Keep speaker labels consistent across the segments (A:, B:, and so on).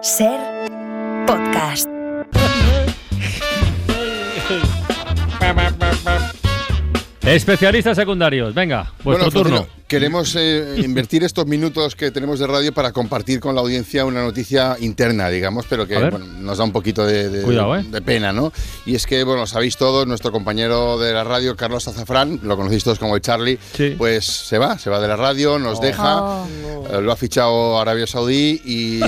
A: Ser podcast.
B: Especialistas secundarios, venga, vuestro
C: Bueno,
B: turno.
C: Florentino, queremos eh, invertir estos minutos que tenemos de radio para compartir con la audiencia una noticia interna, digamos, pero que
B: A ver.
C: bueno, nos da un poquito de, de-
B: Cuidado, ¿eh?
C: de pena, ¿no? Y es que, bueno, sabéis todos, nuestro compañero de la radio, Carlos Azafrán, lo conocéis todos como el Charlie,
B: Sí.
C: pues se va, se va de la radio,
D: Oh.
C: nos deja, eh, lo ha fichado Arabia Saudí y,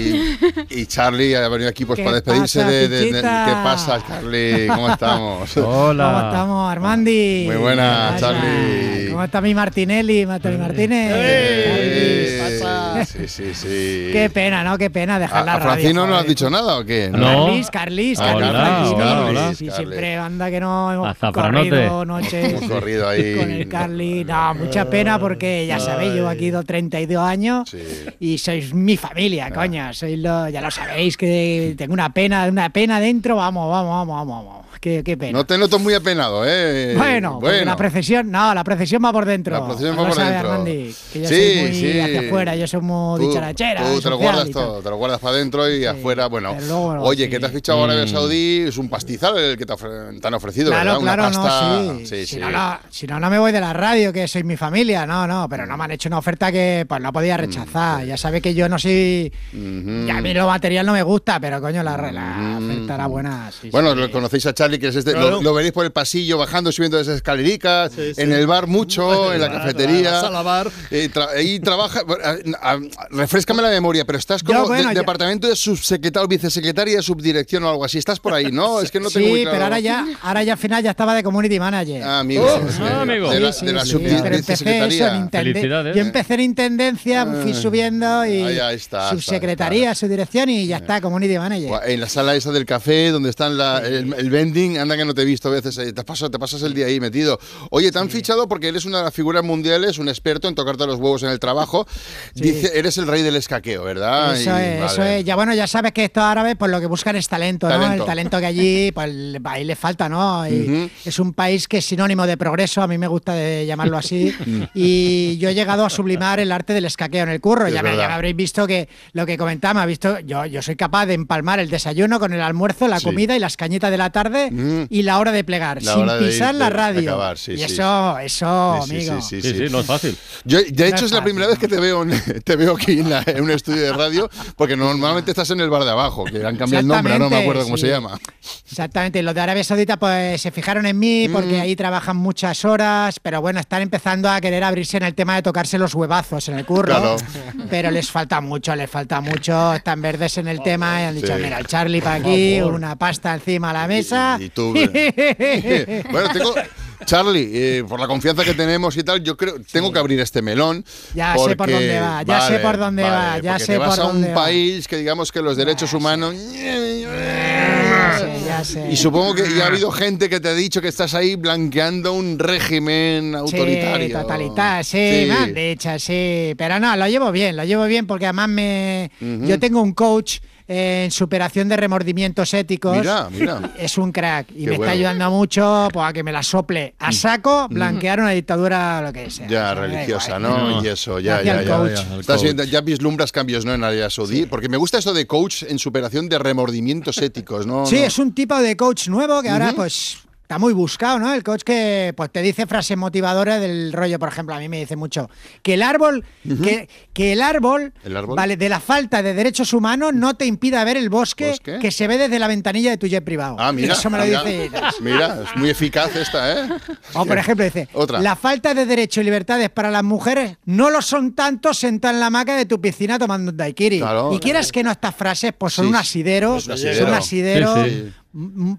C: y Charlie ha venido aquí pues
D: ¿Qué
C: para despedirse
D: pasa,
C: de, de- de- ¿Qué
D: Pichita?
C: pasa, Charlie? ¿Cómo estamos?
B: Hola.
D: ¿Cómo estamos, Armandi?
C: Muy buena,
D: Hola.
C: Charlie.
D: ¿Cómo está mi Martinelli, Mateo Martínez?
C: Eh,
D: Charlie.
C: sí, sí, sí.
D: Qué pena, ¿no? Qué pena dejar la
C: ¿A, a
D: radio,
C: Francino no
D: joder.
C: has dicho nada o qué?
B: No.
D: Carlis, Carlis,
C: Ah,
D: Carlis,
B: hola,
D: Francisco.
B: hola, hola.
D: Sí,
C: Carlis.
D: siempre anda que no hemos
B: Azafranote.
D: corrido noches
C: Hemos corrido ahí.
D: con el Carlis. No, mucha pena porque ya sabéis, llevo aquí do- 32 años
C: Sí. Ah.
D: y sois mi familia, coño. Sois lo- ya lo sabéis que tengo una pena, una pena dentro. Vamos, vamos, vamos, vamos, vamos. Qué, qué pena.
C: No te noto muy apenado, ¿eh?
D: Bueno, porque la precesión, no, la precesión va por dentro.
C: La procesión va
D: Lo
C: por
D: sabe
C: dentro.
D: Armandi, que yo
C: Sí,
D: soy muy
C: sí.
D: hacia afuera, yo soy muy
C: Tú-
D: dicharachera.
C: Tú, te
D: social
C: lo guardas
D: y tal.
C: todo, te lo guardas para adentro y afuera, bueno.
D: pero luego no,
C: Oye,
D: sí.
C: que te has fichado ahora en Saudí, es un pastizal el que te, ofre- te han ofrecido,
D: Claro,
C: ¿verdad?
D: claro,
C: Una pasta.
D: no, sí.
C: sí,
D: si,
C: sí.
D: No, no, si no, no me voy de la radio, que soy mi familia, no, no, pero no me han hecho una oferta que pues no
C: Mm.
D: podía rechazar. Ya sabes que yo no soy...
C: Ujú.
D: Ya a mí lo material no me gusta, pero coño, la, la oferta era buena. sí,
C: Mm. Bueno,
D: sí.
C: lo conocéis a Charlie, que es este. Lo, lo veréis por el pasillo, bajando, subiendo esas escalericas, en el bar mucho, en la cafetería.
E: la sala bar.
C: Eh, tra- ahí trabaja. a- a- a- refrescame la memoria, pero estás como
D: Yo, bueno,
C: de-
D: ya-
C: departamento de subsecretario, vicesecretaria de subdirección o algo así. Estás por ahí, ¿no? Es que no tengo
D: sí,
C: muy claro.
D: pero ahora ya, ahora ya al final ya estaba de community manager.
C: Ah, amigo. sí, sí.
B: ah, amigo.
C: De la,
D: Sí,
C: de la
D: sí,
C: subdi-
D: sí, pero empecé eso en
C: vicesecretaría.
D: intende-
B: Felicidades.
D: Yo empecé en intendencia, fui subiendo y
C: Ah, Ahí, ahí está, está,
D: subsecretaría, subdirección y ya está, community manager.
C: Buah, En la sala esa del café, donde están la- el, el vending, anda que no te he visto a veces, eh, te, pasas, te pasas el día ahí metido. Oye, te han fichado porque eres una de las figuras mundiales, un experto en tocarte los huevos en el trabajo. Dice, eres el rey del escaqueo, ¿verdad?
D: Eso
C: Y-
D: es, eso
C: vale.
D: es. Ya bueno, ya sabes que estos árabes pues lo que buscan es talento, ¿no?
C: Talento.
D: El talento que allí, pues el- ahí les falta, ¿no? Y Es un país que es sinónimo de progreso, a mí me gusta de llamarlo así.
C: Mm.
D: y yo he llegado a sublimar el arte del escaqueo en el curro.
C: Es
D: Ya me, ya
C: verdad.
D: me habréis visto que lo que comentaba, me ha visto, yo, yo soy capaz de empalmar el desayuno con el almuerzo, la
C: Sí. Mm.
D: comida y las cañitas de la tarde y la hora de plegar,
C: La
D: sin
C: hora de ir-
D: pisar
C: de-
D: la
C: de
D: radio.
C: acabar, sí,
D: y
C: sí.
D: eso, eso,
C: Sí, sí,
D: amigo.
C: sí, sí,
B: Sí,
C: sí.
B: sí, no es fácil.
C: Yo, de hecho,
D: es
C: es la
D: fácil,
C: primera vez que te veo, en- te veo aquí en, la- en un estudio de radio, porque normalmente estás en el bar de abajo, que han cambiado el nombre, ahora no me
D: Exactamente,
C: acuerdo cómo
D: sí.
C: se llama.
D: Exactamente, los de Arabia Saudita pues se fijaron en mí porque ahí trabajan muchas horas, pero bueno, están empezando a querer abrirse en el tema de tocarse los huevazos en el curro,
C: Claro.
D: pero les falta mucho, les falta mucho, están verdes en el tema y han dicho,
C: Sí.
D: mira, el Charlie para aquí, una pasta encima a la mesa.
C: Y, y tú. eh. bueno, tengo. Charlie, eh, por la confianza que tenemos y tal, yo creo tengo que abrir este melón.
D: Ya sé por
C: porque-
D: dónde va, ya sé por dónde va, ya
C: porque
D: sé
C: te vas
D: por
C: a un
D: dónde va.
C: país que digamos que los derechos humanos.
D: Ya sé, ya sé.
C: Y supongo que ya ha habido gente que te ha dicho que estás ahí blanqueando un régimen autoritario.
D: Sí, totalitario, sí, me han dicho, sí. Pero no, lo llevo bien, lo llevo bien porque además me. Yo tengo un coach eh, en superación de remordimientos éticos.
C: Mira, mira.
D: Es un crack y
C: Qué
D: me
C: bueno. Mm.
D: está ayudando mucho pues, a que me la sople a saco, blanquear una dictadura, lo que sea. O
C: Ya,
D: sea, me da
C: religiosa,
D: igual.
C: ¿no?
B: No.
C: Y eso, ya,
D: Gracias
C: ya,
D: al
C: ya.
D: coach.
C: ya.
B: Al
C: Estás
B: coach.
C: viendo- ya vislumbras cambios, ¿no? En Arabia Saudí. Porque me gusta esto de coach en superación de remordimientos éticos, ¿no?
D: Sí,
C: No.
D: es un tipo de coach nuevo que ahora pues está muy buscado, ¿no? El coach que pues te dice frases motivadoras del rollo, por ejemplo, a mí me dice mucho que el árbol que, que el árbol,
C: ¿El árbol?
D: vale de la falta de derechos humanos no te impida ver el bosque,
C: ¿Bosque?
D: que se ve desde la ventanilla de tu jet privado.
C: Ah, mira.
D: Eso me lo
C: mira,
D: dice.
C: Mira, es muy eficaz esta, ¿eh?
D: O por ejemplo dice,
C: Otra.
D: la falta de derechos y libertades para las mujeres no lo son tanto sentar en la hamaca de tu piscina tomando un daiquiri.
C: Claro.
D: Y quieras que no estas frases pues son
C: Sí,
D: un
C: sí.
D: asidero,
C: Es un
D: son
B: asidero.
D: un asidero
B: Sí, sí.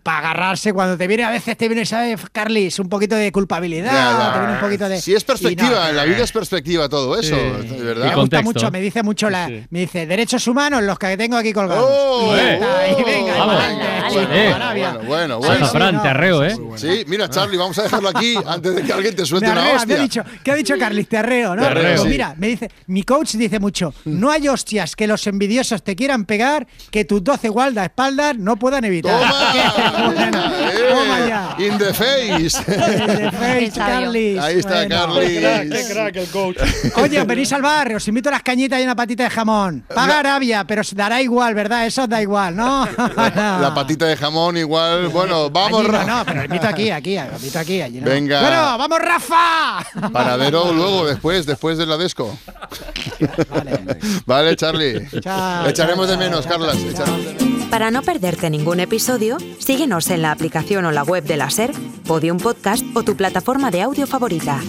D: para agarrarse cuando te viene, a veces te viene, ¿sabes, Carlis? Un poquito de culpabilidad,
C: Nada.
D: te viene un poquito de
C: Sí, es
D: y
C: perspectiva,
D: no, eh.
C: en la vida es perspectiva todo eso, de
D: me
B: con-
C: ¿verdad?
D: gusta
B: Contexto.
D: mucho, me dice mucho la.
B: Sí.
D: Me dice, derechos humanos, los que tengo aquí colgados.
C: ¡Oh!
D: y ya está, y eh,
C: ¡Oh!
D: venga,
B: Vamos.
D: igual,
B: Vale,
D: chico,
B: vale.
D: Arabia.
C: Bueno, bueno,
D: Sí,
C: bueno.
D: sí,
B: Azafrán,
D: no.
B: te arreo, ¿eh?
C: Sí, mira, Charlie, vamos a dejarlo aquí antes de que alguien te suelte
D: Me
C: una
D: arrea, me
C: hostia.
D: ha dicho, ¿Qué ha dicho Carlis? Te arreo, ¿no?
B: Te arreo,
D: Digo,
B: sí.
D: Mira, me dice, mi coach dice mucho, no hay hostias que los envidiosos te quieran pegar que tus 12 guardaespaldas no puedan evitar.
C: ¡Toma! Eh,
D: bueno, toma ya.
C: In the face.
D: El de Face,
A: Qué sabio.
D: Carlis.
C: Ahí está,
D: Bueno.
C: Carly.
B: Qué crack el coach.
D: Oye, venís al bar, os invito a las cañitas y una patita de jamón. Paga Arabia, pero os dará igual, ¿verdad? Eso os da igual, ¿no?
C: La patita de jamón igual. Bueno, vamos,
D: Allí no,
C: Rafa.
D: no, pero invito aquí, aquí, invito aquí, allí no.
C: Venga.
D: Bueno, vamos, Rafa.
C: Panadero luego, después, después de la desco.
D: Vale.
C: Vale, Charlie.
D: Chao,
C: Echaremos
D: chao,
C: de menos,
D: chao,
C: Carlas.
D: chao.
C: echaremos de menos.
A: Para no perderte ningún episodio, síguenos en la aplicación o la web de la SER, Podium Podcast o tu plataforma de audio favorita.